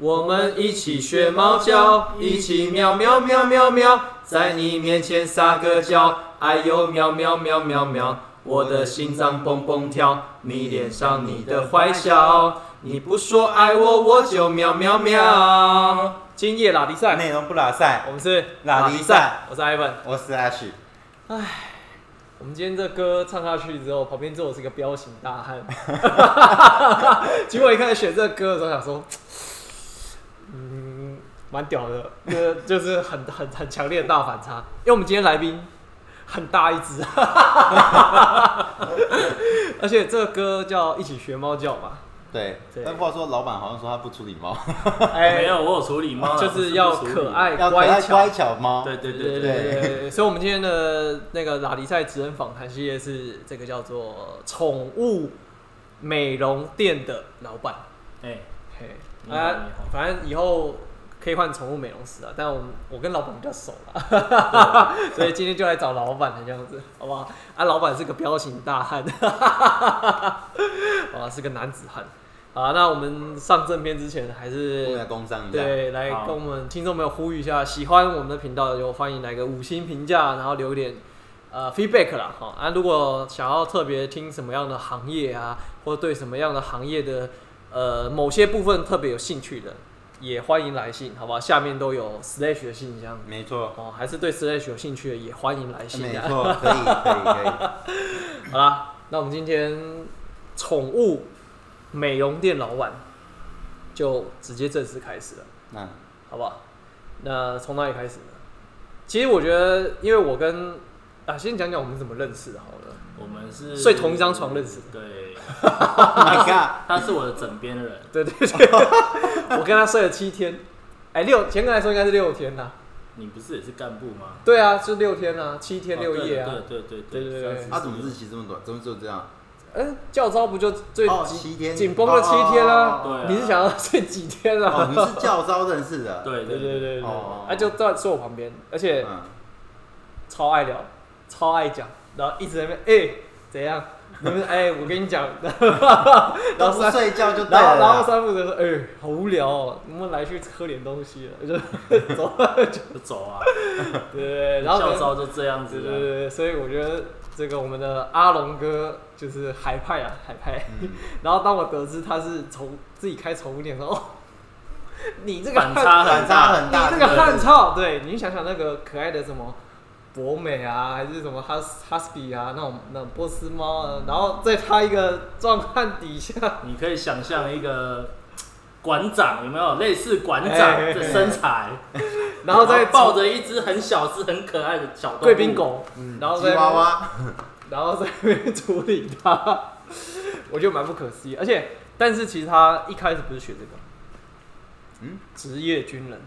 我们一起学猫叫，一起喵喵喵喵喵，在你面前撒个娇，哎呦喵喵喵喵喵，我的心脏蹦蹦跳，迷恋上你的坏笑，你不说爱我，我就喵喵喵。今夜拉迪赛，内容不拉塞，我们是拉迪赛，我是 Ivan。我是 Ash，我们今天这歌唱下去之后，旁边坐的是一个彪形大汉，结果一开始选这歌的时候，想说，嗯，蛮屌的，这就是很很很强烈的大反差。因为我们今天来宾很大一只，而且这个歌叫《一起学猫叫》嘛，对对，但话说老板好像说他不出礼貌，哎没有，我有处理猫，就是要可。爱要可爱乖巧乖。巧猫，对对对对对对，对对对，所以我们今天的那个拉迪赛职人访谈系列是这个叫做宠物美容店的老板。哎，嘿，你好啊你好，反正以后可以换宠物美容师啊，但我们我跟老板比较熟了， 所以今天就来找老板的这样子，好不好？啊，老板是个彪形大汉， 啊，是个男子汉。啊，那我们上正片之前还我们来是。工商一下，对，来好跟我们听众朋友呼吁一下，喜欢我们的频道的就欢迎来个五星评价，然后留点呃 feedback 啦，哈啊，如果想要特别听什么样的行业啊，或对什么样的行业的呃某些部分特别有兴趣的，也欢迎来信，好不好？下面都有 slash 的信箱没错，哦，还是对 slash 有兴趣的也欢迎来信没啊。错，可以可以可以，好啦，那我们今天宠物美容店老板就直接正式开始了。那好不好？那从哪里开始呢？其实我觉得，因为我跟啊，先讲讲我们是怎么认识的好了。我们是睡同一张床认识的对， Oh my God，他是我的枕边人，对对对， 我跟他睡了七天，哎、六严格来说应该是六天呐、你不是也是干部吗？对啊，是六天啊，七天六夜啊。哦对对对对对对对他怎么日？期这么短？怎么就这样？嗯、教招不就最哦紧七天紧绷了七天啊？哦哦哦哦对啊你是想要睡几天哦，啊？你是教招认识的，，对对对对对对，对对，哦啊，就在睡我旁边，而且嗯，超爱聊，超爱讲，然后一直在那边哎、怎样？你们哎、我跟你讲， 然都后不三睡觉就对 啊了然后然后啦，三木哲说：“哎、好无聊哦，我们来去喝点东西了。”就走 就就走啊，对，然后校可能招就这样对子啊对了。对对，所以我觉得这个我们的阿龙哥就是海派啊，海派。 然后当我得知他是从自己开宠物店的时候，哦 你这个反汉差反很差大，很大，你这个对汉，操，对你想想那个可爱的什么博美啊，还是什么哈斯哈斯比啊，那种那种波斯猫啊，然后在他一个壮汉底下，你可以想象一个馆长有没有类似馆长哎的身材，然后再抱着一只很小只、很可爱的小动 物贵宾，狗，嗯然后吉在娃娃，然后在那边处理它， 我觉得蛮不可思议。而且，但是其实他一开始不是学这个，嗯，职业军人，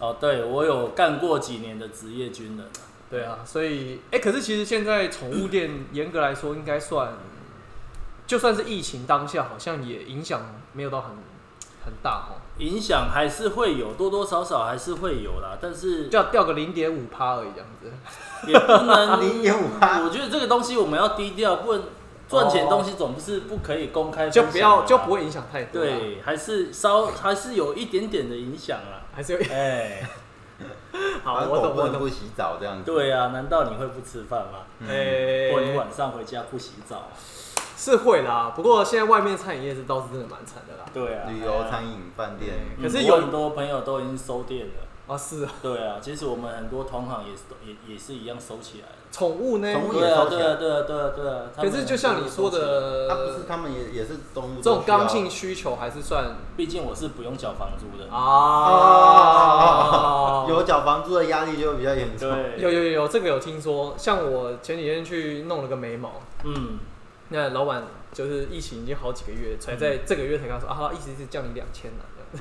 哦，对我有干过几年的职业军人，对啊，所以哎、可是其实现在宠物店严格来说应该算，就算是疫情当下，好像也影响没有到很很大哦，影响还是会有，多多少少还是会有啦，但是掉掉个零点五趴而已这样子。也不能零点五八，我觉得这个东西我们要低调，不能赚钱的东西总不是不可以公开 分就享的啦，不要就不会影响太多，，啊对，还是稍还是有一点点的影响啦。还是有哎、 好，然后我狗懂不我能懂不，洗澡这样子，对啊，难道你会不吃饭吗？哎或你晚上回家不洗澡？是会啦，不过现在外面餐饮业是倒是真的蛮惨的啦，对啊，旅游、哎呀餐饮、饭店，嗯嗯可是我有很多朋友都已经收店了。啊是啊，对啊，其实我们很多同行也是都也也是一样收起来了。宠物呢，宠物也对啊，收起来对啊，对啊，对啊，对啊。他可们是就像你说很多都收起来了，他不是的，他们也也是动物，这种刚性需求还是算毕竟我是不用缴房租的。啊啊，有缴房租的压力就会比较严重。哦对，有有有有，这个有听说，像我前几天去弄了个眉毛，嗯，那老板就是疫情已经好几个月，才在这个月才跟他说啊，他意 思是降你两千了，这样子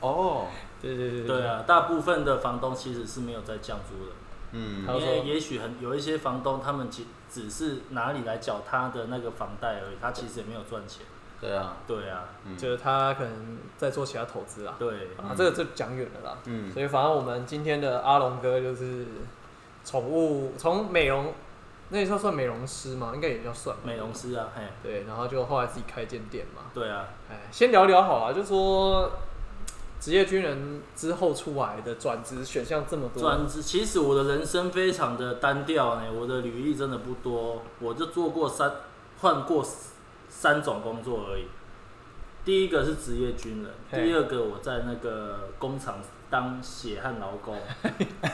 哦，对对对对，啊，大部分的房东其实是没有在降租的。嗯他，因为说也许很有一些房东，他们只只是哪里来缴他的那个房贷而已，他其实也没有赚钱。对啊，对啊，嗯就是他可能在做其他投资啊，对，啊，这个就讲远了啦，嗯，所以反正我们今天的阿龙哥就是宠物，从美容，那时候算美容师嘛，应该也叫算吧美容师啊，嘿，对，然后就后来自己开间店嘛。对啊，哎，先聊聊好了，就说职业军人之后出来的转职选项这么多，转职，其实我的人生非常的单调呢，我的履历真的不多，我就做过三换过三种工作而已。第一个是职业军人，嘿第二个我在那个工厂当血汗劳 工，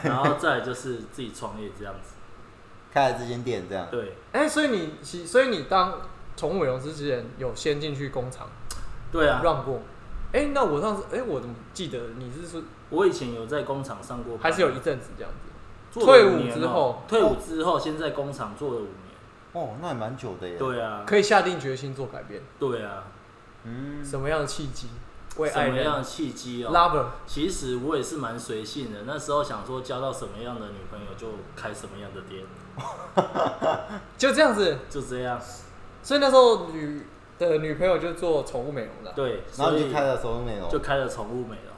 然后再来就是自己创业这样子。开了这间店这样，对哎、所以你其所以你当宠物美容师之前有先进去工厂对啊，让过？哎、那我上次哎、我怎么记得你是说我以前有在工厂上过班，还是有一阵子这样子？做了退伍五年之哦后退伍之后先在工厂做了五年。哦，那也蛮久的耶。，对啊，可以下定决心做改变，对啊，嗯，什么样的契机？为爱什么人样的契机哦？ lover，其实我也是蛮随性的，那时候想说交到什么样的女朋友就开什么样的店，就这样子。就这样。所以那时候女的女朋友就做宠物美容的，对，然后所你以就开了什么美容？就开了宠物美容。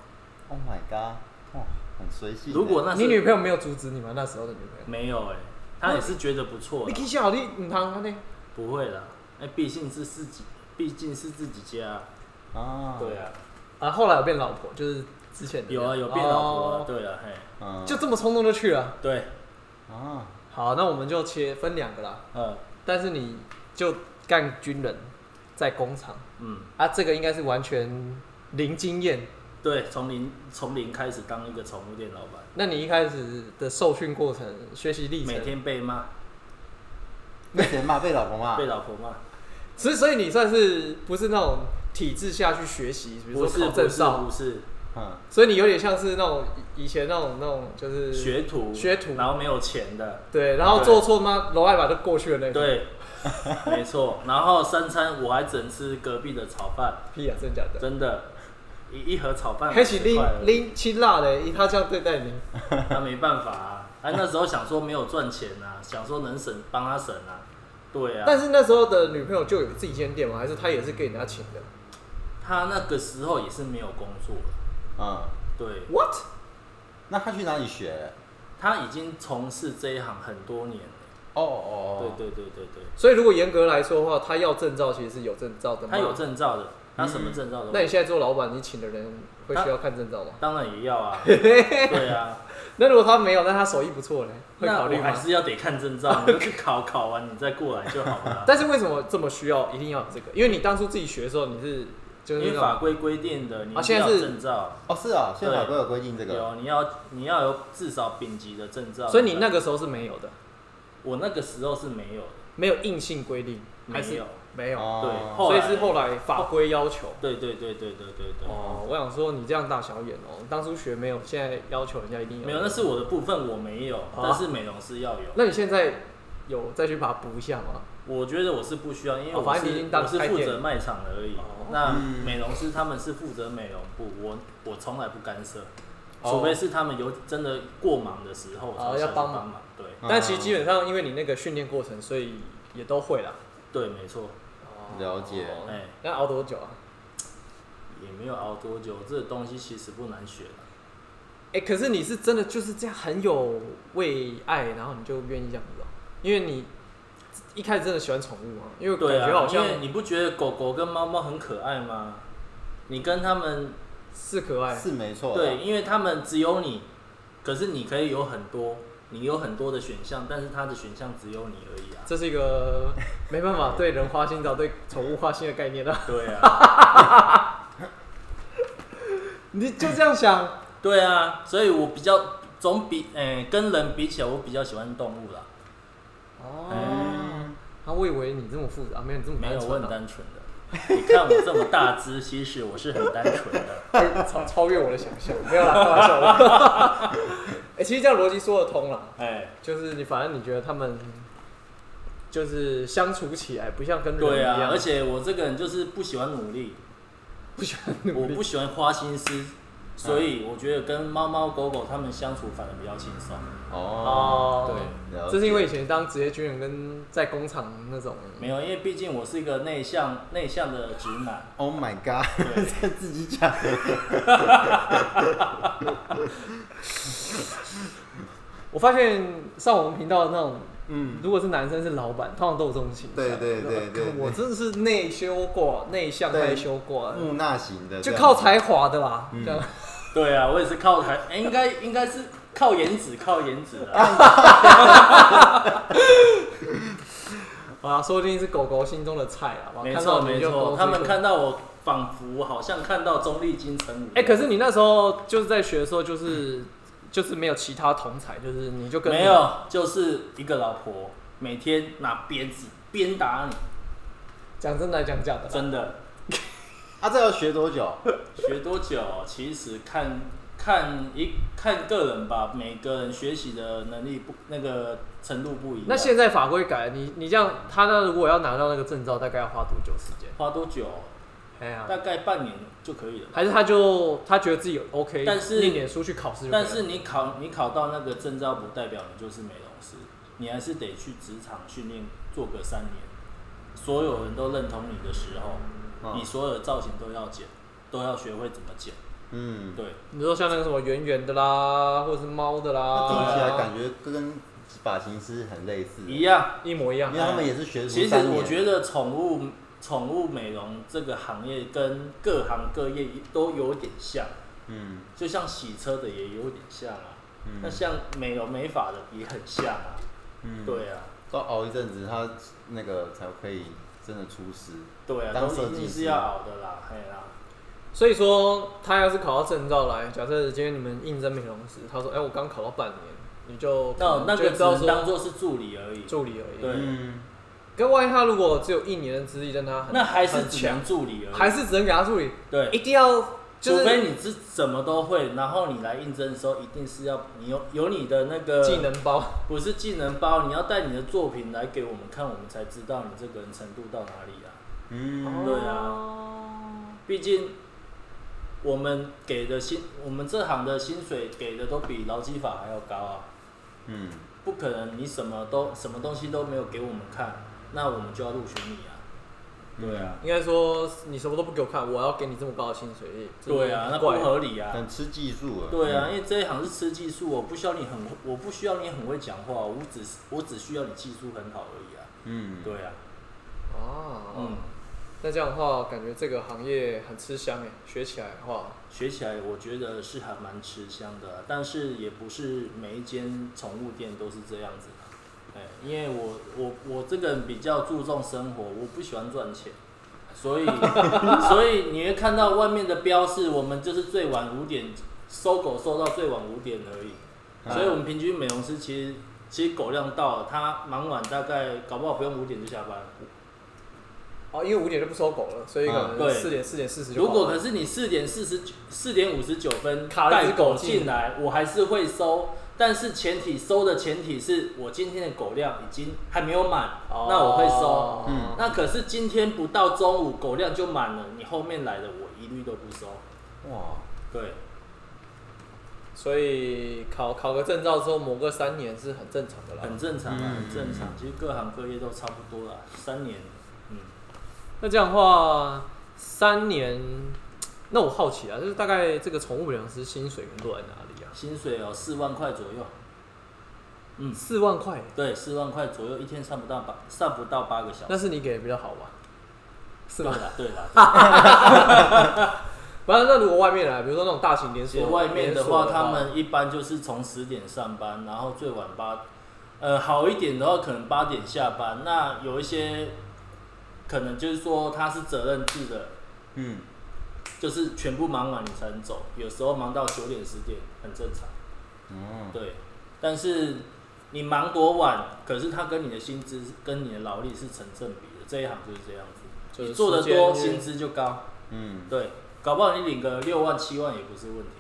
Oh my god，哦，很随性耶。如果那你女是朋友没有阻止你吗？那时候的女朋友，没有哎、她也是觉得不错你啦，可以小弟你堂堂呢？不会啦，哎、毕竟是自己，毕竟是自己家啊，啊，对，啊，啊，后来有变老婆，就是之前的有啊有变老婆啊，哦对啊，嘿，嗯，就这么冲动就去了。对，啊，好，那我们就切分两个啦，嗯但是你就干军人，在工厂嗯，啊，这个应该是完全零经验。对，从零从零开始当一个宠物店老板，那你一开始的受训过程、学习历每程，天被骂，被谁骂？被老婆骂 被？老婆骂，所以所以你算是不是那种体制下去学习，比如不说是考不证是照不，是嗯，所以你有点像是那种以以前那种那种就是学徒嗯学徒然后没有钱的，对，然后对做错妈楼爱把就过去的那种，对，没错。然后三餐我还只能吃隔壁的炒饭，屁啊，真的假的？真的，一一盒炒饭开始50块而拎已拎辛辣的，他这样对待你，那没办法啊。哎，那时候想说没有赚钱啊，想说能省帮他省啊，对啊。但是那时候的女朋友就有自己间店吗？还是她也是给人家请的他那个时候也是没有工作的，嗯，对， ？What？那他去哪里学？他已经从事这一行很多年了，哦哦对对对对对，所以如果严格来说的话，她要证照其实是有证照的吗他有。证照的，他什么证照都那有，你现在做老板，你请的人会需要看证照吗？ 当然也要啊，对啊。那如果他没有，但他手艺不错嘞，会那考虑我还吗？是要得看证照，你就去考，考完你再过来就好了啊。但是为什么这么需要一定要有这个？因为你当初自己学的时候，你是就是因那为种法规规定的，你啊一现定在要是证照，哦，是啊，宪法规有规定这个。有你要你要有至少丙级的证照。所以你那个时候是没有的，我那个时候是没有的，没有硬性规定，还是没有，没有，哦对后所以来是后来法规要求。对对对对对对对，哦，我想说你这样大小眼哦，当初学没有，现在要求人家一定有。没有，那是我的部分我没有，啊但是美容师要有。那你现在有再去把它补一下吗？我觉得我是不需要，因为哦我反是正你已经当我是开负店责卖场的而已哦。那嗯美容师他们是负责美容部，我我从来不干涉，哦除非是他们有真的过忙的时候哦才要下去帮帮忙忙。对嗯但其实基本上因为你那个训练过程，所以也都会啦。对，没错，了解哦哎那熬多久啊？也没有熬多久，这个东西其实不难学的。哎、可是你是真的就是这样很有为爱，然后你就愿意这样子、哦，因为你一开始真的喜欢宠物嘛，因为对感觉啊好，因像为你不觉得狗狗跟猫猫很可爱吗？你跟它们是可爱，是没错。哎啊对，，因为它们只有你，可是你可以有很多，你有很多的选项，但是它的选项只有你而已啊。这是一 个没办法对人花心，找对宠物花心的概念 啊。对啊，你就这样想，对啊，所以我比较总比诶、跟人比起来，我比较喜欢动物啦。哦，啊，我以为你这么复杂，没有你这么没有，单我纯很啊单纯的。你看我这么大只，其实我是很单纯的。 哎超超越我的想象，没有啦，开玩笑啦。 哎、其实这样逻辑说得通啦，哎、就是你反正你觉得他们就是相处起来不像跟人一对样，啊，而且我这个人就是不喜欢努力，不喜欢努我力不。喜欢花心思，所以我觉得跟猫猫狗狗它们相处反而比较轻松。哦，哦，对了解这是因为以前当职业军人跟在工厂那种，没有，因为毕竟我是一个内向内向的直男， Oh my god， 对自己讲我发现上我们频道的那种，嗯，如果是男生是老板，通常都有这种倾向。对对对对对我真的是内修过，内向对害羞过，嗯木讷型的，就靠才华的啦，嗯这样。对啊，我也是靠才，哎、应该应该是靠颜值，靠颜值的。啊，说不定是狗狗心中的菜啊。哇没看错到你没就狗错，狗他们追求看到我仿佛好像看到中立金城武。哎、可是你那时候就是在学的时候，就是就是没有其他同才，就是你就跟没有，就是一个老婆每天拿鞭子鞭打你，讲真的还讲假的啦，真的。啊，这要学多 久？学多久？其实看看一看个人吧，每个人学习的能力不那个程度不一样。那现在法规改了，你你这样，他那如果要拿到那个证照，大概要花多久时间？花多久？哎呀、大概半年就可以了。还是他就他觉得自己有 OK，但是念点书去考试就可以了，但是你考你考到那个证照，不代表你就是美容师，你还是得去职场训练做个三年。所有人都认同你的时候，嗯你所有的造型都要剪，都要学会怎么剪。嗯，对，你说像那个什么圆圆的啦，或者是猫的呃啦，那听起来感觉觉跟发型师很类似，一样。一模一样啊因为。他们也是学其徒实三我年。觉得宠物宠物美容这个行业跟各行各业都有点像，嗯就像洗车的也有点像啊，那嗯，像美容美发的也很像啊，嗯，对啊，要熬一阵子，他那个才可以真的出师。对啊，当都设一计定师是要熬的啦，嘿啦，所以说他要是考到证照来，假设今天你们应征美容师，他说哎、我刚考到半年，你就那那个就只知道能当说做是助理而已，助理而已。对嗯，跟万一他如果只有一年的资历，但他很那还是很只能强，助理而已，还是只能给他助理，一对。定要就除是非你是什么都会，然后你来应征的时候，一定是要你有有你的那个技能包。不是技能包，你要带你的作品来给我们看，我们才知道你这个人程度到哪里啊。嗯，对啊，毕竟我们给的薪，我们这行的薪水给的都比劳基法还要高啊，嗯，不可能你什么都什么东西都没有给我们看，那我们就要录取你啊。对啊，应该说你什么都不给我看，我要给你这么高的薪水，这对啊，那不怪合理啊。很吃技术啊。对啊，因为这一行是吃技术，我不需要你很，我不需要你很会讲话，我只是我只需要你技术很好而已啊。嗯，对啊，啊。嗯，那这样的话，感觉这个行业很吃香哎，学起来的话，学起来我觉得是还蛮吃香的啊，但是也不是每一间宠物店都是这样子的。哎，因为我我我这个人比较注重生活，我不喜欢赚钱，所以所以你会看到外面的标示，我们就是最晚五点收狗收到最晚五点而已，所以我们平均美容师其实其实狗量到了，他忙完大概搞不好不用五点就下班了。哦，因为五点就不收狗了，所以可嗯能对四点四点四十就如跑果了可是你四点四十九、四点五十九分卡了一带只狗狗进来，我还是会收，但是前提收的前提是我今天的狗量已经还没有满，哦那我会收。嗯那可是今天不到中午狗量就满了，你后面来的我一律都不收。哇，对，所以考考个证照之后磨个三年是很正常的啦。很正常啊，嗯很正常。其实各行各业都差不多啦，三年，嗯，那这样的话，三年，那我好奇啊，就是大概这个宠物美容师薪水跟落在哪里啊？薪水有四万块左右。嗯，四万块，对，四万块左右，一天上不到八，上不到八个小时。那是你给的比较好吧？是对吧？啦，对啦，反正那如果外面来，比如说那种大型连其锁实，外面的连话，锁他们一般就是从十点上班，然后最晚八，呃，好一点的话可能八点下班。那有一些可能就是说他是责任制的，嗯，就是全部忙完你才能走，有时候忙到九点十点很正常，嗯哦，对。但是你忙多晚，可是他跟你的薪资跟你的劳力是成正比的，这一行就是这样子。就是你做的时间多，薪资就高，嗯，对，搞不好你领个六万七万也不是问题。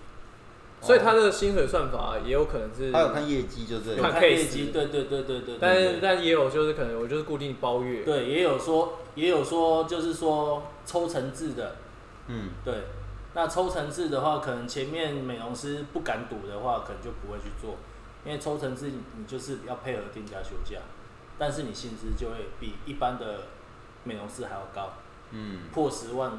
所以他的薪水算法也有可能是还有看业绩就这有样。看业绩，对对对对对对但对是但也有就是可能我就是固定包月，对，也有说，也有说，就是说抽成制的，嗯，对。那抽成制的话，可能前面美容师不敢赌的话，可能就不会去做，因为抽成制你就是要配合店家休假，但是你薪资就会比一般的美容师还要高，嗯，破十万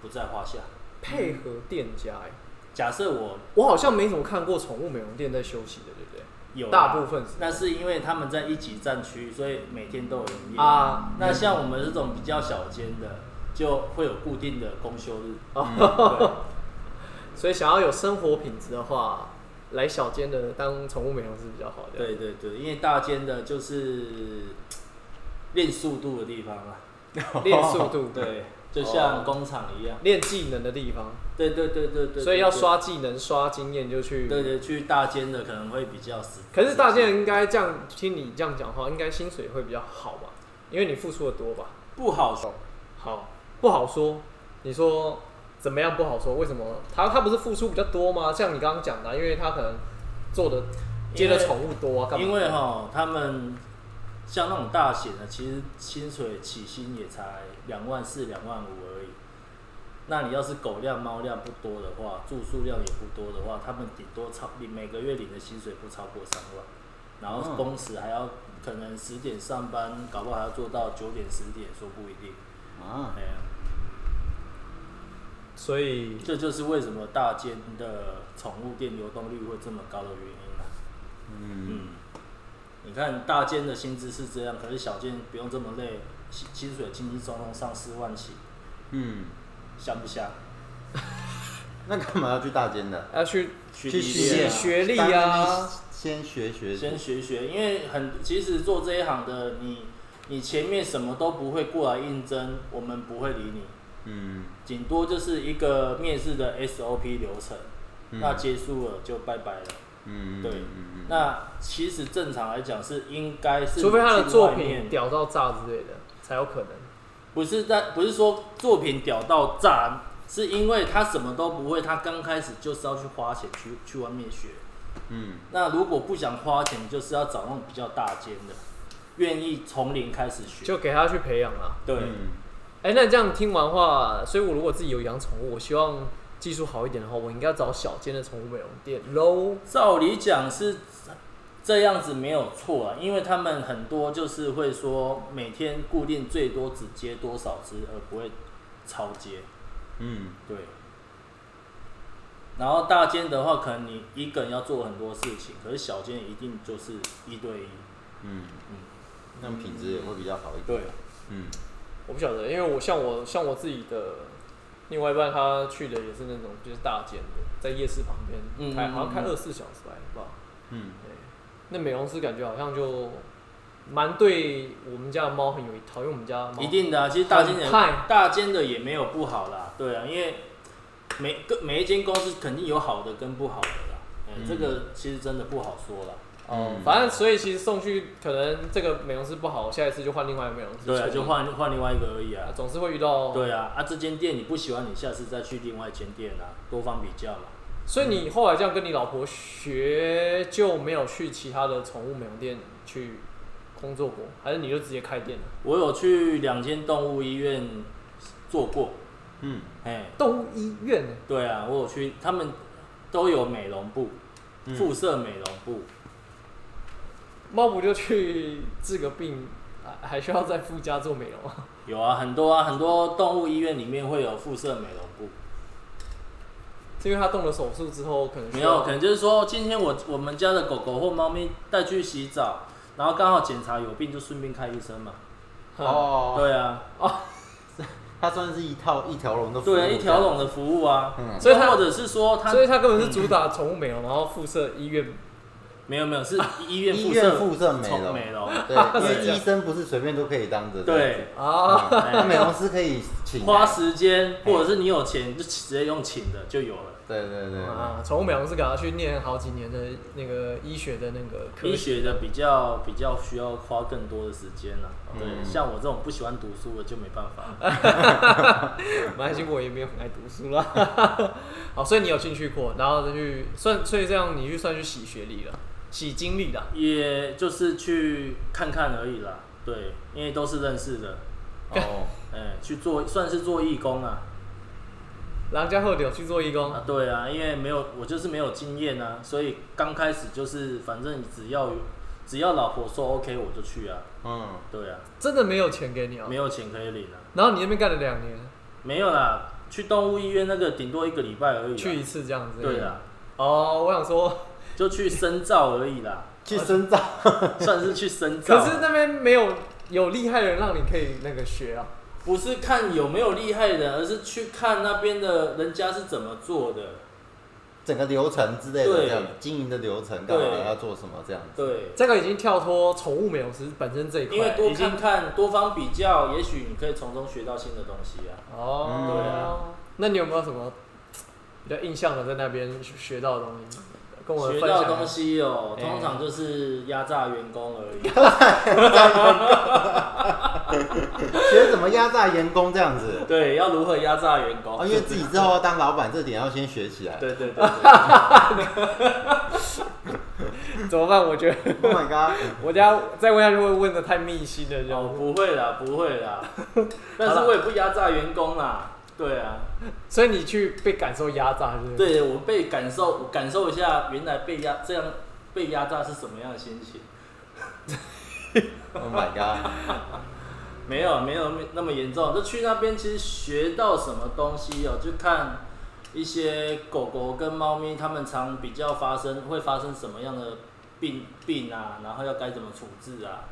不在话下。配合店家、欸。假设我我好像没怎么看过宠物美容店在休息的，对不对？有啦大部分是那是因为他们在一级战区，所以每天都有营业啊那像我们这种比嗯较小间的，就会有固定的公休日。哦，对所以想要有生活品质的话，来小间的当宠物美容师比较好的。对对对，因为大间的就是练速度的地方啊，练速度， 对，就像工厂一样，练技能的地方，对对对对对，哦所以要对，刷技能、刷经验就去。对对对，去大间的可能会比较死。可是大家应该这样听你这样讲话，应该薪水会比较好吧？因为你付出的多吧？不好说，好，不好说。你说怎么样不好说？为什么他他不是付出比较多吗？像你刚刚讲的啊，因为他可能做的接的宠物多啊，干嘛？因为哈，他们像那种大型的，其实薪水起薪也才两万四、两万五而已。那你要是狗量、猫量不多的话，住宿量也不多的话，他们顶多超你每个月领的薪水不超过三万，然后嗯工时还要可能十点上班，搞不好还要做到九点、十点，说不一定。啊，哎呀，所以这就是为什么大间的宠物店流动率会这么高的原因啊。嗯，嗯，你看大间的薪资是这样，可是小间不用这么累，薪薪水轻轻松松上四万起，嗯，香不香？那干嘛要去大间的？要去去历学啊学历当啊然，先学学，先学学，因为很其实做这一行的你，你前面什么都不会过来应征，我们不会理你，嗯，顶多就是一个面试的 SOP 流程，嗯那结束了就拜拜了。嗯，对嗯，嗯那其实正常来讲是应该是，除非他的作品屌到炸之类的，才有可能。不是在不是说作品屌到炸，是因为他什么都不会，他刚开始就是要去花钱去去外面学。嗯那如果不想花钱，就是要找那种比较大间的，愿意从零开始学。就给他去培养啊。对，嗯哎、那这样听完话，所以我如果自己有养宠物，我希望技术好一点的话，我应该找小间的宠物美容店喽。照理讲是这样子没有错啊，因为他们很多就是会说每天固定最多只接多少只，而不会超接。嗯对。然后大间的话，可能你一个人要做很多事情，可是小间一定就是一对一。嗯嗯，那样品质也会比较好一点，对，啊嗯我不晓得，因为我像我像我自己的另外一半，他去的也是那种就是大间的，在夜市旁边嗯开，嗯好像开嗯二十四小时来吧。嗯对，那美容师感觉好像就蛮对我们家的猫很有一套，因为我们家猫一定的啊。其实大间的很派大间的也没有不好啦，对啊，因为每个每一间公司肯定有好的跟不好的啦，哎嗯这个其实真的不好说啦。哦，嗯反正所以其实送去可能这个美容师不好，下一次就换另外一个美容师处理，对啊，就换换另外一个而已啊，啊。总是会遇到。对啊，啊这间店你不喜欢，你下次再去另外一间店啊，多方比较嘛。所以你后来这样跟你老婆学，就没有去其他的宠物美容店去工作过，还是你就直接开店了？我有去两间动物医院做过，嗯哎，动物医院呢？对啊，我有去，他们都有美容部，嗯附设美容部，猫不就去治个病，还还需要在附加做美容啊？有啊，很多啊，很多动物医院里面会有附设美容部。 是因为它动了手术之后，可啊能需没要有，可能就是说，今天我我们家的狗狗或猫咪带去洗澡，然后刚好检查有病，就顺便看医生嘛。哦，哦，对啊，它算是一套一条龙的，对啊，一条，龙的服务啊。嗯所以它或者是说它所以它根本是主打宠物美容，然后附设医院没有没有是医院医附院设附设美宠容，美容， 对，因为医生不是随便都可以当的，对，啊。啊，那美容师可以请，花时间或者是你有钱就直接用请的就有了。对对对，啊，宠物美容是给它去念好几年的那个医学的那个科医学的比较比较需要花更多的时间了、对，嗯像我这种不喜欢读书的就没办法。蛮开心，我也没有很爱读书啦。 好，所以你有进去过，然后再去算，所以这样你去算去洗学历了，洗经历了。也就是去看看而已啦。对，因为都是认识的，哦，哎、去做算是做义工啊。然后加后有去做义工，啊，对啊，因为没有我就是没有经验啊，所以刚开始就是反正只要有只要老婆说 OK 我就去啊。嗯，对啊，真的没有钱给你哦、没有钱可以领啊，然后你那边干了两年，没有啦，去动物医院那个顶多一个礼拜而已啦。去一次这样子。对啊，哦，我想说，就去深造而已啦，去深造， 算是去深造。可是那边没有有厉害的人让你可以那个学啊。不是看有没有厉害的人，而是去看那边的人家是怎么做的。整个流程之类的对这样，经营的流程干嘛对要做什么这样子。对，这个已经跳脱宠物美容师本身这一块，因为多已经看看、多方比较，也许你可以从中学到新的东西啊。哦，对啊那你有没有什么比较印象的在那边学学到的东西？跟我们学分享到一下的东西哦，哎通常就是压榨员工而已。学怎么压榨员工这样子， 对，要如何压榨员工？哦，因为自己之后要当老板，这点要先学起来。对对对对，怎么办？我觉得 Oh my god！我等下再问下去会问的太密心了，这样哦，子。不会啦，不会啦。但是我也不压榨员工啦。对啊，所以你去被感受压榨，是不是？，对我被感受，我感受一下原来被压这样被压榨是什么样的心情。 Oh my god！没有没有没那么严重，就去那边其实学到什么东西哦，就看一些狗狗跟猫咪它们常比较发生会发生什么样的病病啊，然后要该怎么处置啊，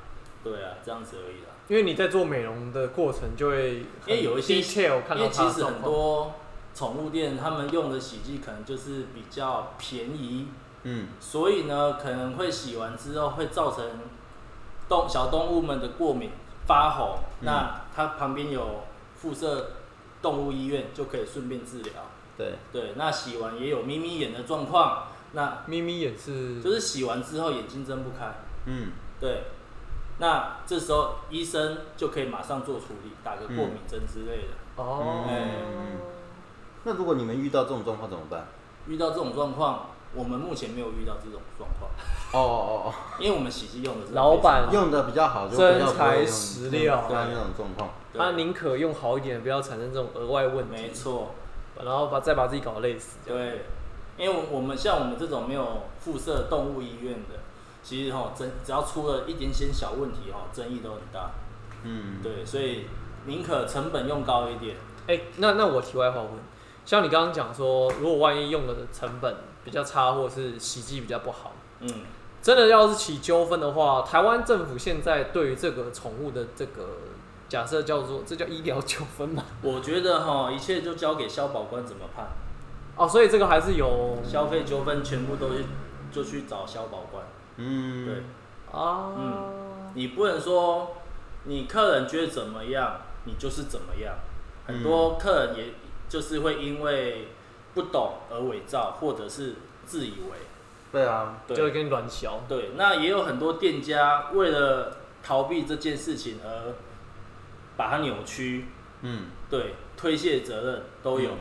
对啊，这样子而已啦。因为你在做美容的过程就会很因为有一些 detail 看因到它为其的实状很况。多宠物店他们用的洗剂可能就是比较便宜， 嗯，所以呢可能会洗完之后会造成动小动物们的过敏发红，嗯那它旁边有附设动物医院就可以顺便治疗。对，对，那洗完也有眯眯眼的状况，那咪咪也是，就是洗完之后眼睛睁不开。嗯，对，那这时候医生就可以马上做处理，打个过敏针之类的。哦，嗯那如果你们遇到这种状况怎么办？遇到这种状况，我们目前没有遇到这种状况，哦哦哦因为我们洗剂用的是老板哦，用的比较好，就真比较不会材用实料对那种状况。他啊，宁可用好一点，不要产生这种额外问没题，错，然后把再把自己搞累死。这样对，因为我们像我们这种没有附设动物医院的，其实哈、争只要出了一点点小问题哈、争议都很大。嗯，对，所以宁可成本用高一点。哎、那那我题外话问，像你刚刚讲说，如果万一用的成本比较差，或者是洗剂比较不好，嗯，真的要是起纠纷的话，台湾政府现在对于这个宠物的这个假设叫做这叫医疗纠纷嘛？我觉得哈，一切就交给消保官怎么判， 哦，所以这个还是有消费纠纷全部都去就去找消保官。嗯，对，啊，嗯你不能说你客人觉得怎么样，你就是怎么样。很多客人也就是会因为不懂而伪造，或者是自以为。对啊，就会对给你软销。对，那也有很多店家为了逃避这件事情而把它扭曲，嗯，对，推卸责任都有嗯。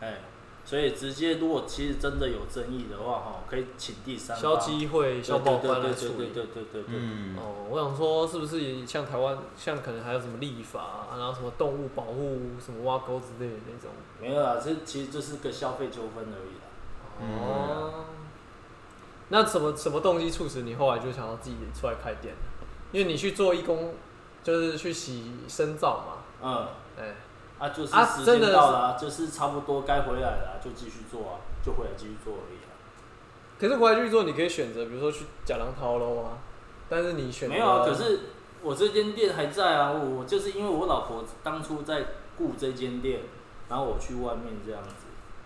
哎、所以直接如果其实真的有争议的话，哈，可以请第三消方基会、消对保官来对处对对理。对对对对对。嗯，哦，我想说，是不是也像台湾，像可能还有什么立法、啊然后什么动物保护、什么挖沟之类的那种？没有啦，这其实就是个消费纠纷而已啦。哦，那什么什么动机促使你后来就想要自己出来开店？因为你去做义工，就是去洗深造嘛，嗯，哎、啊，就是啊时真间的到了啊、就是差不多该回来了啊、就继续做啊，就回来继续做而已啊。可是回来去做，你可以选择，比如说去假狼掏喽啊，但是你选择没有啊，可是我这间店还在啊，我我就是因为我老婆当初在雇这间店，然后我去外面这样子。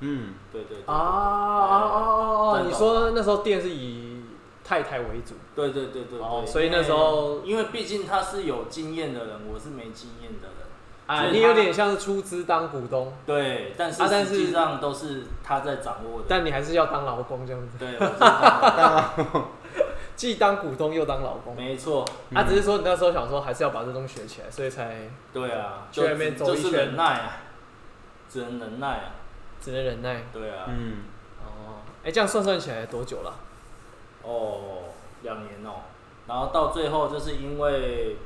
嗯，对对啊哦对，哦哦，对你说那时候店是以太太为主，对对对对哦对。所以那时候因为因为毕竟他是有经验的人，我是没经验的人。啊，所以你他有点像是出资当股东，对，但是啊但实是际上都是他在掌握的。但你还是要当劳工这样子，对，我知道既当股东又当劳工。 没嗯错。啊，只是说你那时候想说还是要把这东西学起来，所以才对啊，去就外面走就一是圈忍耐啊，只能忍耐啊。只能忍耐。对啊，嗯，哦，哎、这样算算起来多久了？哦，两年哦，然后到最后就是因为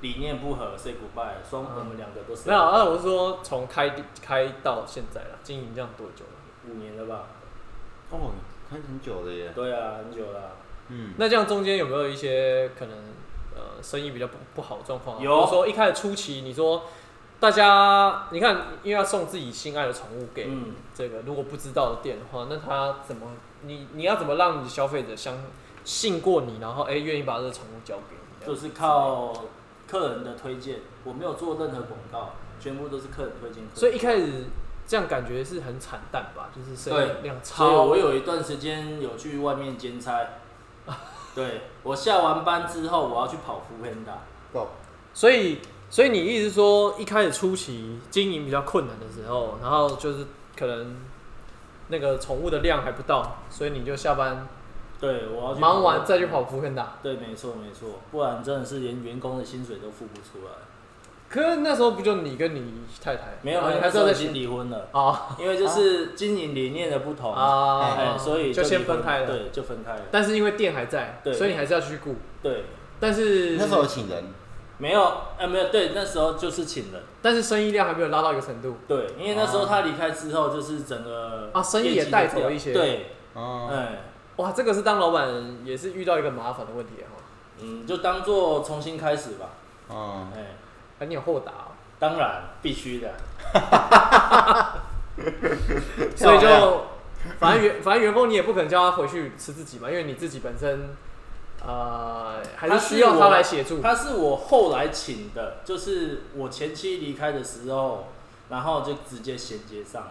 理念不合，say goodbye，双、嗯我们两个都是没有，那我是说从开开到现在了，经营这样多久了？五年了吧？哦，开很久了耶，对啊，很久了啊、嗯，那这样中间有没有一些可能呃生意比较不不好的状况啊？有比如说一开始初期，你说大家你看，因为要送自己心爱的宠物给嗯，这个如果不知道的店的话，那他怎么你你要怎么让你消费者相信过你，然后哎愿、意把这个宠物交给你？就是靠客人的推荐，我没有做任何广告，全部都是客人推荐。所以一开始这样感觉是很惨淡吧？就是生对意量所以超我有一段时间有去外面 兼差，对我下完班之后我要去跑福喷达，够所以，所以你意思说，一开始初期经营比较困难的时候，然后就是可能那个宠物的量还不到，所以你就下班对我要去忙完再去跑福肯达。对，没错没错，不然真的是连员工的薪水都付不出来。可是那时候不就你跟你太太，没有，然后你还哦是那时要候在已经离婚了，啊因为就是经营理念的不同，啊哎，，所以就离先婚分开了。对，就分开了。但是因为店还在，对所以你还是要去顾。对，但是那时候有请人，没有，哎，没有，对，那时候就是请人。但是生意量还没有拉到一个程度。对，因为那时候他离开之后，就是整个啊哦生意业绩也带都走掉一些对，哦，哎，哇，这个是当老板也是遇到一个麻烦的问题啊哦哈。嗯，就当做重新开始吧。哦，哎，哎，你很豁达哦、当然必须的。所以漂亮就反正员 反正员工你也不可能叫他回去吃自己嘛，因为你自己本身呃还是需要他来协助。他是我后来请的，就是我前妻离开的时候，然后就直接衔接上了。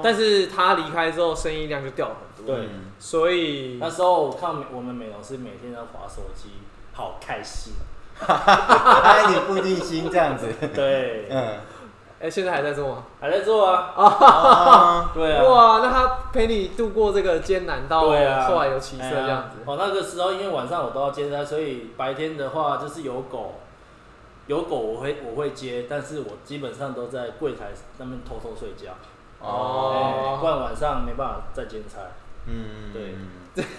啊，但是他离开之后生意量就掉了很多，对，嗯所以那时候我看我们美容师每天在划手机，好开心。哎，你不定心这样子，对，嗯，哎现在还在做吗？还在做啊。哦对啊。哇，那他陪你度过这个艰难到对啊，后来有起色哎呀这样子，哦，那个时候因为晚上我都要接单，所以白天的话就是有狗，有狗我会我会接，但是我基本上都在柜台那边偷偷睡觉，哦哎不然晚上没办法再兼差，嗯，对因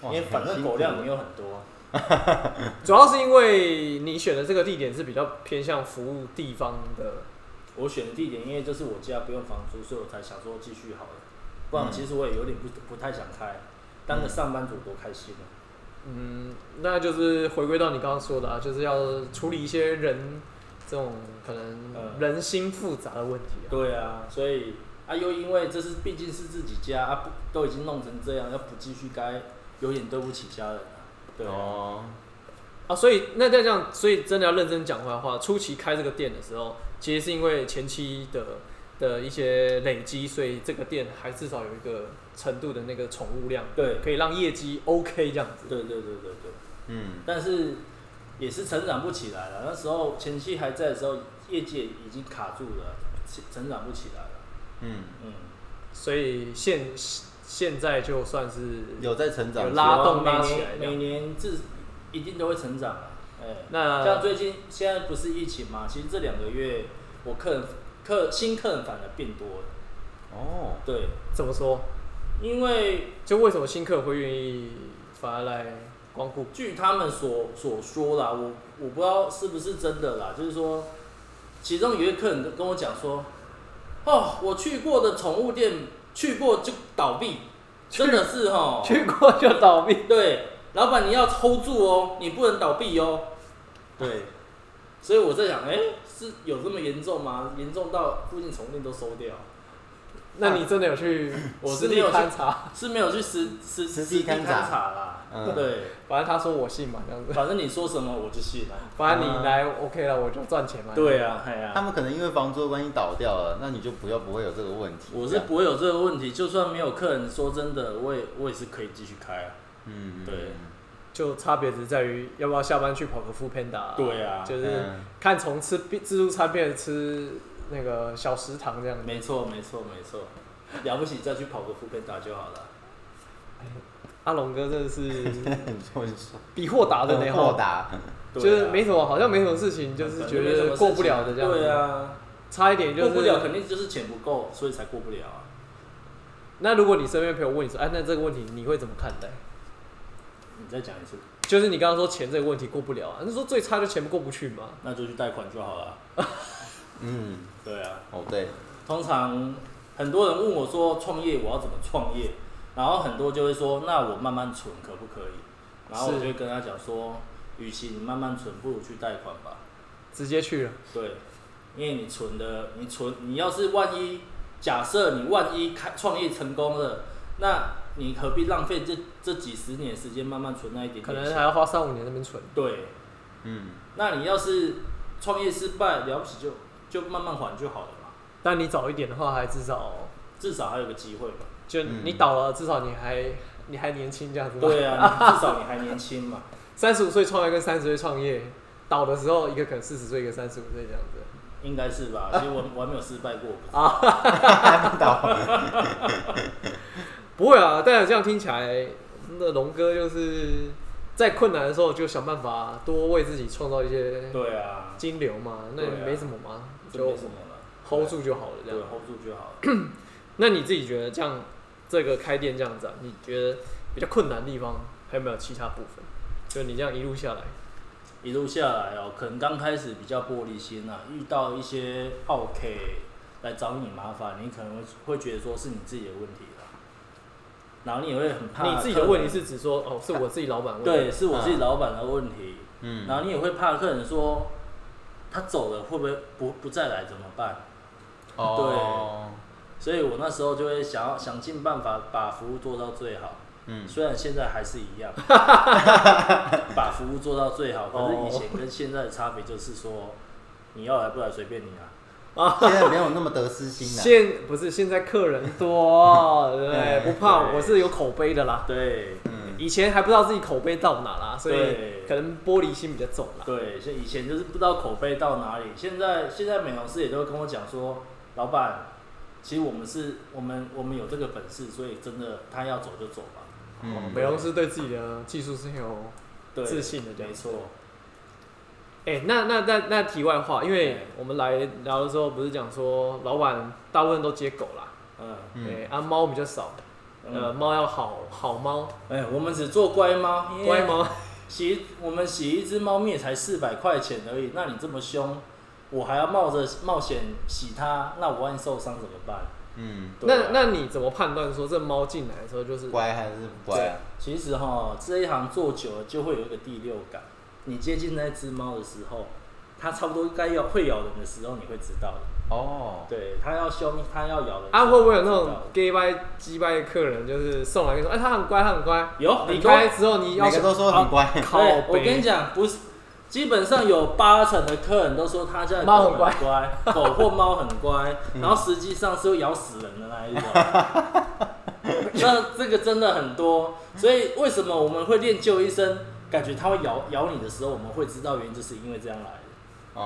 哇为反正狗量没有很多。主要是因为你选的这个地点是比较偏向服务地方的。我选的地点，因为就是我家不用房租，所以我才想说继续好了，不然嗯其实我也有点不不太想开，当个上班族多开心啊！嗯，那就是回归到你刚刚说的啊，就是要处理一些人这种可能嗯人心复杂的问题啊。对啊，所以啊，又因为这是毕竟是自己家啊，不都已经弄成这样，要不继续该有点对不起家人啊。对啊，哦，啊，所以那再这样，所以真的要认真讲回来的话，初期开这个店的时候，其实是因为前期的的一些累积，所以这个店还至少有一个程度的那个宠物量，对可以让业绩 OK 这样子。对对对对对，嗯，但是也是成长不起来了。那时候前期还在的时候，业界已经卡住了，起成长不起来了。嗯，嗯，所以现现在就算是嗯有在成长有，拉有啊动每拉起来年这样每年自一定都会成长啊。哎、那像最近现在不是疫情嘛，其实这两个月我客人客新客人反而变多了。哦，对，怎么说？因为就为什么新客会愿意反而来光顾？据他们所所说啦，我我不知道是不是真的啦，就是说，其中有一个客人跟跟我讲说，哦，我去过的宠物店去过就倒闭，真的是 哦，去过就倒闭。对，老板你要 hold 住哦，你不能倒闭哦，对，所以我在想，哎、是有这么严重吗？严重到附近宠物店都收掉，啊那你真的有去我实哎是地没有去勘察？是没有去实实实地地勘勘察察啦，嗯对，反正他说我信嘛，这样子。反正你说什么我就信了，反正你来 OK 了，我就赚钱嘛。啊对啊，哎呀、嗯他们可能因为房租的关系倒掉了，那你就不要不会有这个问题，我这是样，不会有这个问题，就算没有客人，说真的，我也我也是可以继续开啊。嗯，对就差别只在于要不要下班去跑个 f o o Panda。对啊就是嗯看从吃自助餐变成吃那个小食堂这样子。没错，没错，没错，了不起再去跑个副片打就好了。阿龙哥真的是很重 视，比豁达 的呢，很豁，达，对啊就是没什么，好像没什么事情，就反是正觉没什么得事过情不了的这样子。对，啊，差一点就是过不了肯定就是钱不够，所以才过不了啊。那如果你身边朋友问你说，哎、那这个问题你会怎么看待？你再讲一次，就是你刚刚说钱这个问题过不了啊，那说最差就钱过不去嘛。那就去贷款就好了。嗯，对啊，哦对，通常很多人问我说创业我要怎么创业，然后很多就会说那我慢慢存可不可以？然后我是就会跟他讲说，与其你慢慢存，不如去贷款吧。直接去了，对，因为你存的，你存，你要是万一假设你万一开创业成功了，那你何必浪费这这几十年时间慢慢存那一点可点能还钱？要花三五年那边存。对，嗯，那你要是创业失败，了不起就就慢慢还就好了嘛。但你早一点的话，还至少至少还有个机会嘛。就嗯你倒了，至少你还你还年轻这样子嘛。 对啊，你至少你还年轻嘛。三十五岁创业跟三十岁创业，倒的时候一个可能四十岁，一个三十五岁这样子。应该是 吧？其实我我还没有失败过， 不会啊，但这样听起来，那龙哥就是在困难的时候就想办法多为自己创造一些对啊，金流嘛，那也对啊啊没什么嘛，这就没什么了， hold 住就好了这对样。 ，hold 住就好了。 那你自己觉得这样这个开店这样子、啊，你觉得比较困难的地方还有没有其他部分？就你这样一路下来，一路下来哦，可能刚开始比较玻璃心啊，遇到一些 OK 来找你麻烦，你可能会觉得说是你自己的问题啦，然后你也会很怕你自己的问题客人是指说哦，是我自己老板问对，是我自己老板的问题，嗯，然后你也会怕客人说他走了会不会不不再来怎么办？哦，所以我那时候就会想要想尽办法把服务做到最好， 嗯，虽然现在还是 一样，把服务做到最好，可哦是以前跟现在的差别就是说，你要来不来随便你啊。现在没有那么得失 心啊了。现不是现在客人多，对不对？对不怕，对我是有口碑的啦。对嗯，以前还不知道自己口碑到哪啦，所对以可能玻璃心比较重啦。对，所以以前就是不知道口碑到哪里，现在现在美容师也都会跟我讲说，老板，其实我们是我们我们有这个本事，所以真的他要走就走吧。哦嗯，美容师对自己的技术是很有对，自信的这样没错，哎、那那那那题外话，因为哎我们来聊的时候不是讲说，老板大部分都接狗啦，嗯，哎、嗯啊猫比较少，呃，嗯猫要好好猫，哎、我们只做乖猫，因为乖猫，洗我们洗一只猫咪也才四百块钱而已，那你这么凶，我还要冒着冒险洗它，那我万一受伤怎么办？嗯，对啊那那你怎么判断说这猫进来的时候就是乖还是不乖啊？其实哈，这一行做久了就会有一个第六感，你接近那只猫的时候，它差不多该咬会咬人的时候，你会知道的。哦，对，它要凶，它要咬人的时候。啊会不会有那你种会知 gay 拜鸡拜的客人，就是送来跟你说，哎、他很乖，他很乖，有离很多开之后你要每个都说很乖，靠道的对，背，哎我跟你讲，不是，基本上有八成的客人都说他家的猫狗很乖嗯很乖， 狗或猫很乖，然后实际上是会咬死人的那一种。 那这个真的很多，所以为什么我们会练就医生，感觉它会咬咬你的时候，我们会知道原因，就是因为这样来的。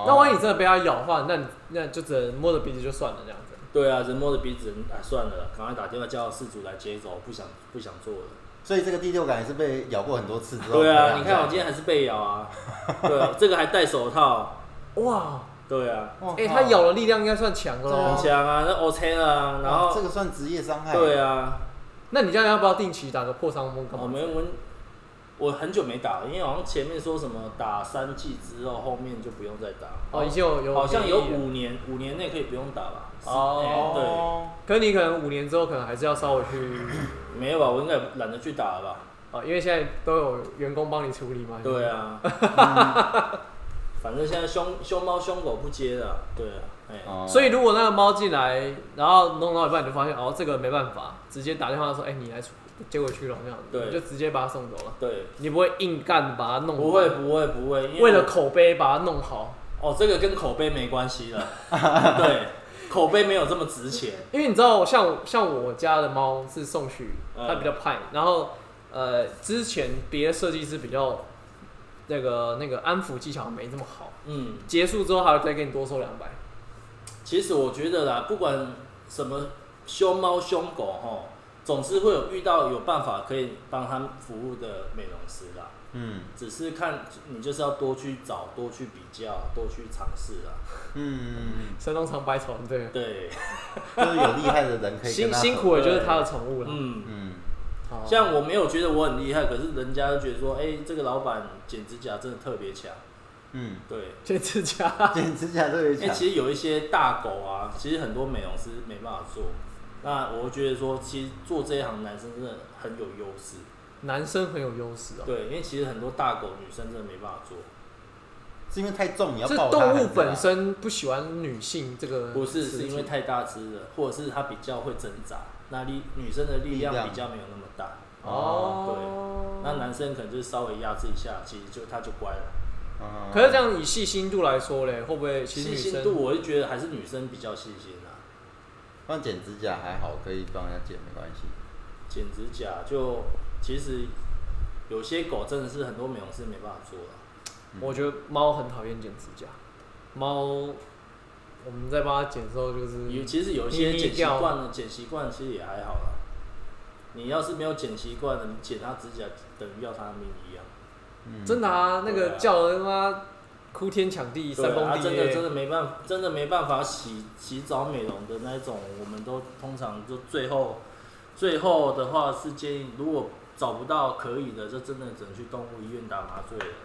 那万一一你真的被它咬的话，那你那就只能摸着鼻子就算了这样子。对啊，人摸着鼻子，人啊，算了，赶快打电话叫事主来接走，不想不想做了。所以这个第六感也是被咬过很多次之后培对养下来的。啊，你看我今天还是被咬啊，对啊，这个还戴手套，哇，对啊，哇哎、靠它咬的力量应该算强的对喽啊很。强啊，那 OK 啊，然哇这后个算职业伤害。对啊，那你这样要不要定期打个破伤风干嘛？我们我我很久没打了，因为好像前面说什么打三剂之后，后面就不用再打，哦，已经有有好像有建议了，五年，五年内可以不用打吧？是哎哦，可是你可能五年之后可能还是要稍微去，对，没有吧？我应该懒得去打了吧？哦，因为现在都有员工帮你处理嘛。对啊，反正现在凶凶猫凶狗不接了，对啊，哎、哦所以如果那个猫进来，然后弄到一半你就发现哦，这个没办法，直接打电话说，哎、你来处接回去了这样子，对你就直接把它送走了，对，你不会硬干把它弄，不会，不会不会，因为了口碑把它弄好，哦，这个跟口碑没关系了，对，口碑没有这么值钱，因为你知道，像我像我家的猫是送去，它嗯比较派，然后呃，之前别的设计师比较那个那个安抚技巧没这么好。嗯，结束之后还要再给你多收两百。其实我觉得啦，不管什么凶猫凶狗吼，总是会有遇到有办法可以帮他们服务的美容师啦，嗯只是看你就是要多去找，多去比较，多去尝试啦，嗯，神农尝百草，对，对，就是有厉害的人可以跟辛他辛合苦的就是他的宠物了。嗯。嗯，好 像我没有觉得我很厉害，可是人家就觉得说，哎、这个老板剪指甲真的特别强。嗯， 对，剪指甲，剪指甲特别哎因为强，其实有一些大狗啊，其实很多美容师没办法做。那我觉得说，其实做这一行男生真的很有优势。男生很有优势哦。对，因为其实很多大狗女生真的没办法做。是因为太重，你要是抱它动还物是啊本怎身不喜欢女性这个，不是，是因为太大只了，或者是它比较会挣扎，那力女生的力量力量比较没有那么大。哦。那男生可能就是稍微压制一下，其实就他就乖了。样嗯可是这样以细心度来说嘞，会不会其实细女心度，生我就觉得还是女生比较细心啊。放剪指甲还好，可以帮人家剪，没关系。剪指甲就其实有些狗真的是很多美容师没办法做啊的。嗯我觉得猫很讨厌剪指甲，猫我们在帮它剪的时候就是有其实有一嗯咪些咪剪习叫惯的，剪习惯其实也还好啦。你要是没有剪习惯的，你剪它指甲等于要它的命一样。嗯真的啊，那对个啊叫的他妈哭天抢地，对三啊，公地真的耶真的 没办法，真的没办法洗洗澡美容的那一种，我们都通常就最后最后的话是建议，如果找不到可以的，就真的只能去动物医院打麻醉了啦。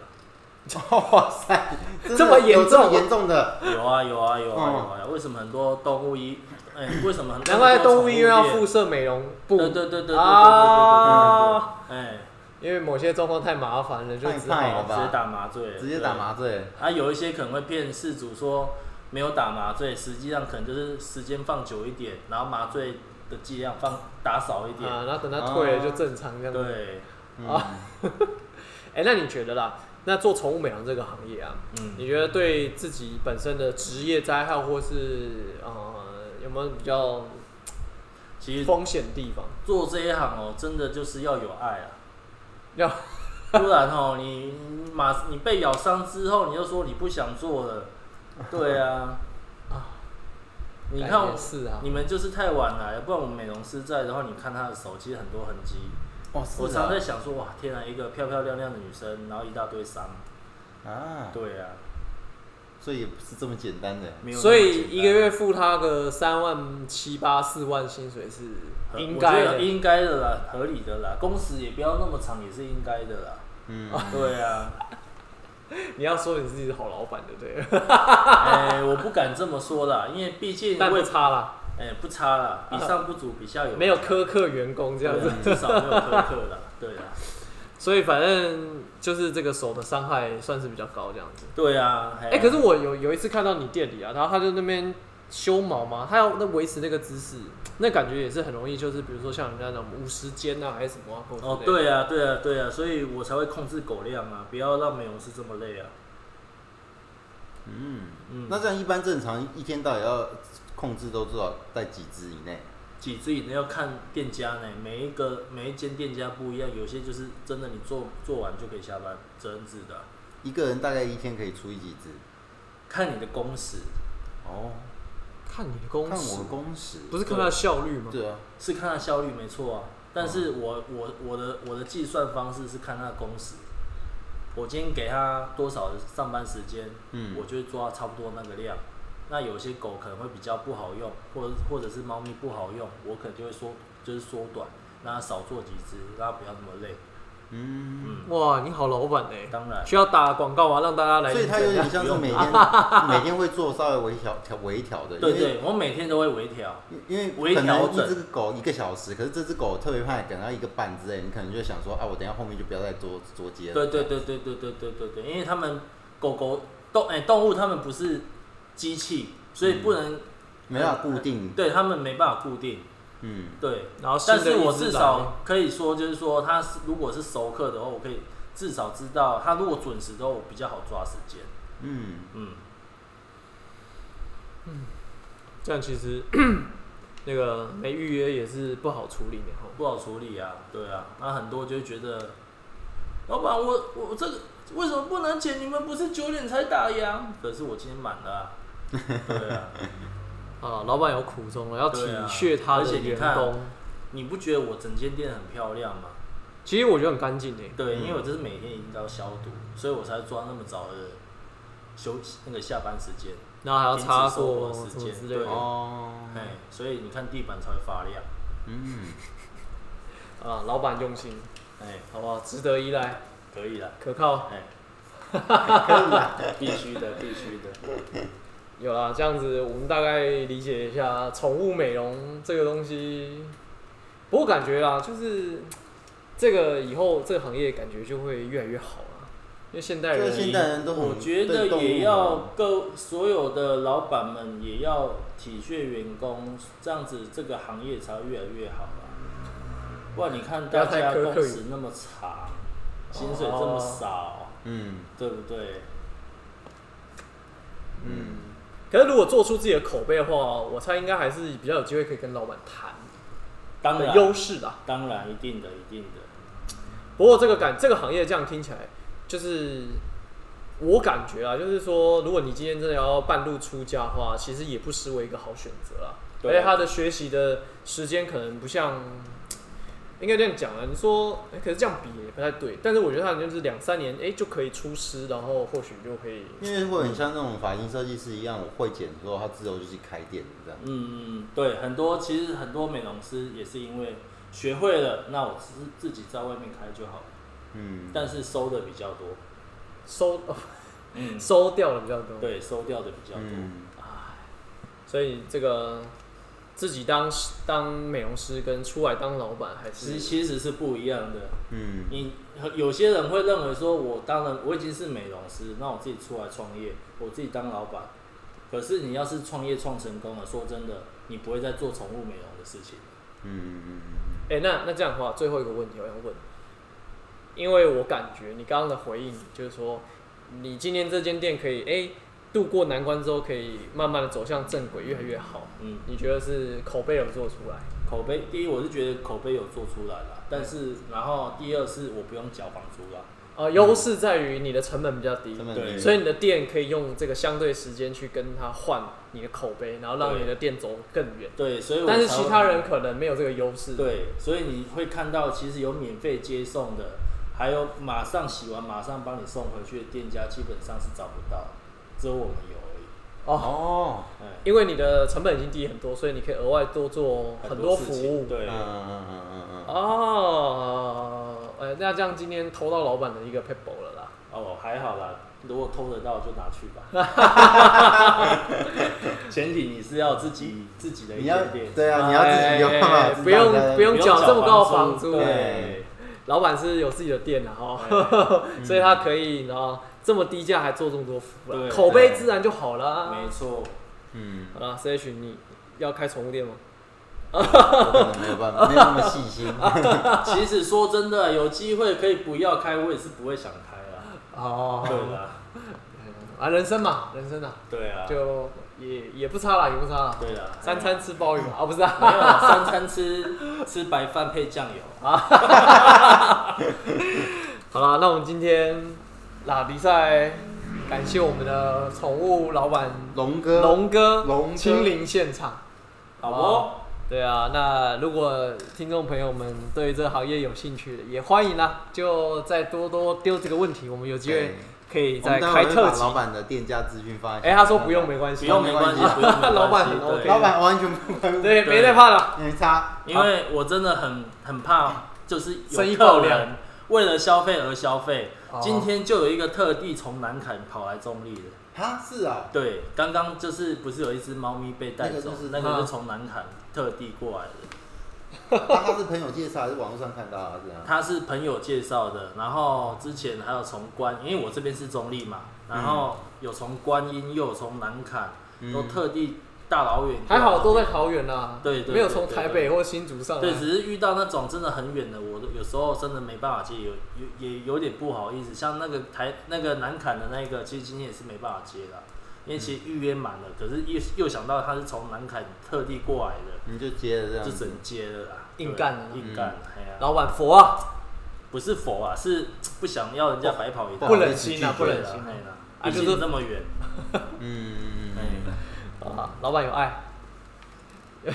哇塞，真的这么严有这么重严重的，有啊有啊有啊有哦啊！为什么很多动物医，哎、为什么 很难怪动物医院要付？附设美容部，对对对对对对对对对对对对，啊哎，因为某些状况太麻烦了，就太只快好了直接吧？打麻醉了，直接打麻醉，对。啊，有一些可能会骗事主说没有打麻醉，实际上可能就是时间放久一点，然后麻醉的剂量放打少一点。啊，然后等它退了就正常这样子。对，嗯，啊哎，那你觉得啦？那做宠物美容这个行业啊，嗯，你觉得对自己本身的职业灾害或是呃有没有比较其实风险地方？做这一行哦，真的就是要有爱啊，要不然哦，你你马你被咬伤之后，你就说你不想做了，对啊，你看感我觉是啊，你们就是太晚来了，不然我们美容师在的话，你看她的手，其实很多痕迹。哇，是我常在啊想说，哇，天啊，一个漂漂亮亮的女生，然后一大堆伤。啊，对啊，所以也不是这么简单的，没有那么所以简一单个月付他个三万七八四万薪水是呃应我该觉得的。应该的啦，合理的啦，工时也不要那么长，也是应该的啦。嗯，对啊， 你要说你自己是好老板，对不对了？ 哎，我不敢这么说啦，因为毕竟但我不也差啦，哎不差啦，比上不足，比下有没有苛刻员工这样子对。啊至少没有苛刻 啦。对啊，所以反正就是这个手的伤害算是比较高这样子。对啊。哎、哎可是我有有一次看到你店里啊，然后他就那边修毛嘛，他要那维持那个姿势，那感觉也是很容易，就是比如说像人家那种无时间啊，还是什么啊，或者哦，之类的，对啊，对啊，对啊，所以我才会控制狗量啊，不要让美容师这么累啊。嗯，嗯， 那这样一般正常一天到底要控制都至少在几只以内？几只以内要看店家呢，每一个每一间店家不一样，有些就是真的你做做完就可以下班，整指的，啊一个人大概一天可以出一几只？看你的工时，哦，看你的工看时我，工时，不是看他的效率吗？对啊，是看它效率没错啊，但是哦我我我的我的计算方式是看它的工时，我今天给它多少的上班时间，嗯我就抓差不多那个量。那有些狗可能会比较不好用，或者或者是猫咪不好用，我可能就会缩，就是缩短，让它少做几只，让它不要那么累。嗯，嗯，哇，你好老板哎、当然。需要打广告啊，让大家来。所以它有点像是每天 每天会做稍微微调调微调的，因为对对，我每天都会微调。因为微可调能一整只狗一个小时，可是这只狗特别怕你等到一个半之类，你可能就想说啊，我等一下后面就不要再多多接了。对对对对对对对对对，因为他们狗狗动哎、动物，它们不是机器，所以不嗯能、没办法固定。对它们没办法固定。嗯，对，然后新但的是一我只至来少可以说，就是说它是如果是熟客的话，我可以至少知道它如果准时的话，我比较好抓时间。嗯，嗯，这样其实那个没预约也是不好处理的哈。不好处理啊，对啊，那很多就会觉得，老板我我这个为什么不能剪？你们不是九点才打烊？可是我今天满 了、啊，对啊。啊，老板有苦衷了，要体对啊恤他而的且你员看工。你不觉得我整间店很漂亮吗？其实我觉得很干净欸诶，对，因为我这是每天一定都要消毒，所以我才抓那么早的休息那个下班时间。然后还要擦过什停止收么获之时间类对的哦，嗯哎、所以你看地板才会发亮。嗯，啊，老板用心，哎、好不好？值得依赖，可以了，可 靠。哎、必须的，必须的。有啦，这样子我们大概理解一下宠物美容这个东西。不过感觉啦，就是这个以后这个行业感觉就会越来越好啦，因为现代这人现代人都很哎啊我觉对得动物也要各所有的老板们也要体恤员工，这样子这个行业才会越来越好啦。不然你看不要大太家苛刻工时那么长，薪水这么哦少，嗯对不对？嗯，可是如果做出自己的口碑的话，我猜应该还是比较有机会可以跟老板谈当的然优势的。当然一定的，一定的，不过这个感这个行业这样听起来，就是我感觉啊，就是说，如果你今天真的要半路出家的话，其实也不失为一个好选择啊。而对且他的学习的时间可能不像，应该这样讲啊。你说、诶可是这样比也不太对，但是我觉得他可能就是两三年，哎、就可以出师，然后或许就可以。因为会很像那种发型设计师一样，我会剪之后，他之后就去开店这样。嗯嗯，对，很多其实很多美容师也是因为学会了，那我自自己在外面开就好了，嗯，但是收的比较多，收、嗯， 收掉了比较多，对，收掉的比较多，嗯，所以这个自己当当美容师跟出来当老板还其实是其实是不一样的，嗯，你有些人会认为说，我当然我已经是美容师，那我自己出来创业，我自己当老板。可是你要是创业创成功了，说真的，你不会再做宠物美容的事情。嗯嗯，哎、那那这样的话，最后一个问题我想问，因为我感觉你刚刚的回应就是说，你今天这间店可以哎、渡过难关之后，可以慢慢的走向正轨，越来越好。嗯，你觉得是口碑有做出来？口碑第一，我是觉得口碑有做出来了，但是然后第二是我不用缴房租了。啊、优势在于你的成本比较低，真的对所以你的店可以用这个相对时间去跟他换你的口碑，然后让你的店走更远。对，所以我但是才会其他人可能没有这个优势。对，所以你会看到其实有免费接送的，还有马上洗完马上帮你送回去的店家，基本上是找不到，只有我们有而已。哦，哦，哎、因为你的成本已经低很多，所以你可以额外多做很多事服情务。嗯对，嗯嗯嗯嗯，哦，呃，那这样今天偷到老板的一个 paper 了啦。哦，还好啦，如果偷得到就拿去吧。 前提你是要自己自己的一你要间店，对啊，你要自己有办哎哎哎法，不用不用缴这么高的房房租对，老板是有自己的店的哈，哎 所以他可以然后这么低价还做这么多服务嗯对啦，口碑对自然就好啦。没错。嗯，好啦 c H，你要开宠物店吗？我可能没有办法，没有那么细 心。其实说真的，有机会可以不要开，我也是不会想开啦。哦对啦，啊，人生嘛，人生啊，对啊，就也也不差啦，也不差啦，对啦，三餐吃鲍鱼嘛，啊不是啊，没有啦三餐吃吃白饭配酱油。 啊好啦，那我们今天拉比赛，感谢我们的宠物老板龙哥，龙哥龙哥亲临现场。好哦，对啊，那如果听众朋友们对这个行业有兴趣的，也欢迎啦，就再多多丢这个问题，我们有机会对可以我再们待会开儿会特把辑。老板的店家资讯放在。哎、他说不用，没关不系，用没关系，没不用没关系。老板很 OK 对老板完全不关对，对别再怕了。没差。因为我真的很很怕，就是生意有爆客量人为了消费而消费哦。今天就有一个特地从南坎跑来中立的，哈，是啊，对，刚刚就是不是有一只猫咪被带那个走就是，那个啊就从南坎特地过来的，那他是朋友介绍还是网络上看到啊？这嗯样。他是朋友介绍的，然后之前还有从观，因为我这边是中立嘛，然嗯后有从观音，又有从南坎，都嗯特地大老远，还好都在。桃园啦，对对对没有从台北或新竹上来。对，只是遇到那种真的很远的，我都有时候真的没办法接，有有也有点不好意思。像那个台那个南坎的那个，其实今天也是没办法接的，因为其实预约满嗯了，可是又又想到他是从南坎特地过来的，你就接着这样就只子能。接了啦，硬对干了嗯硬干，哎呀，老板佛啊，不是否啊，是不想要人家白跑一趟，不忍心啊，不不好对意忍了心，哎呀啊毕就是竟那么远，嗯，哎，啊，老板有爱。好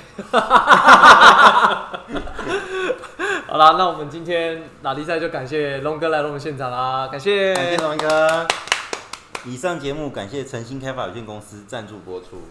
啦，那我们今天拉力赛就感谢龙哥来到我们现场啦，感谢。感谢龙哥。以上节目感谢诚心开发有限公司赞助播出。